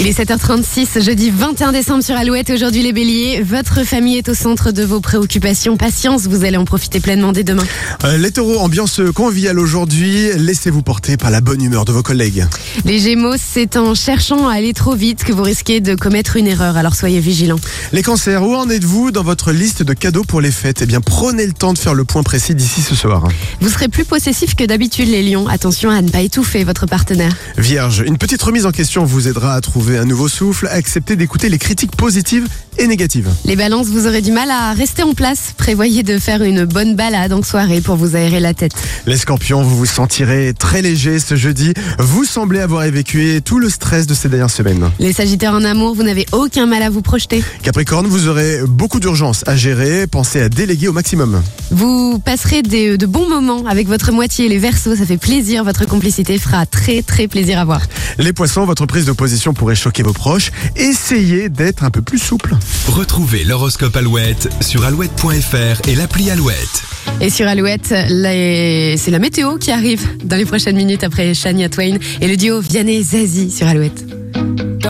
Il est 7h36, jeudi 21 décembre sur Alouette. Aujourd'hui, les béliers, votre famille est au centre de vos préoccupations. Patience, vous allez en profiter pleinement dès demain. Euh, Les taureaux, ambiance conviviale aujourd'hui. Laissez-vous porter par la bonne humeur de vos collègues. Les gémeaux, c'est en cherchant à aller trop vite que vous risquez de commettre une erreur, alors soyez vigilants. Les cancers, où en êtes-vous dans votre liste de cadeaux pour les fêtes Eh bien, prenez le temps de faire le point précis d'ici ce soir. Vous serez plus possessif que d'habitude, les lions. Attention à ne pas étouffer votre partenaire. Vierge, une petite remise en question vous aidera à trouver un nouveau souffle. Acceptez d'écouter les critiques positives et négatives. Les balances, vous aurez du mal à rester en place. Prévoyez de faire une bonne balade en soirée pour vous aérer la tête. Les scorpions, vous vous sentirez très léger ce jeudi. Vous semblez avoir évacué tout le stress de ces dernières semaines. Les sagittaires en amour, vous n'avez aucun mal à vous projeter. Capricorne, vous aurez beaucoup d'urgences à gérer. Pensez à déléguer au maximum. Vous passerez des- euh, de bons moments avec votre moitié, les versos, ça fait plaisir, votre complicité fera très très plaisir à voir. Les poissons, votre prise de position pourrait choquer vos proches. Essayez d'être un peu plus souple. Retrouvez l'horoscope Alouette sur alouette.fr et l'appli Alouette. Et sur Alouette, les- c'est la météo qui arrive dans les prochaines minutes après Shania Twain et le duo Vianney Zazie sur Alouette.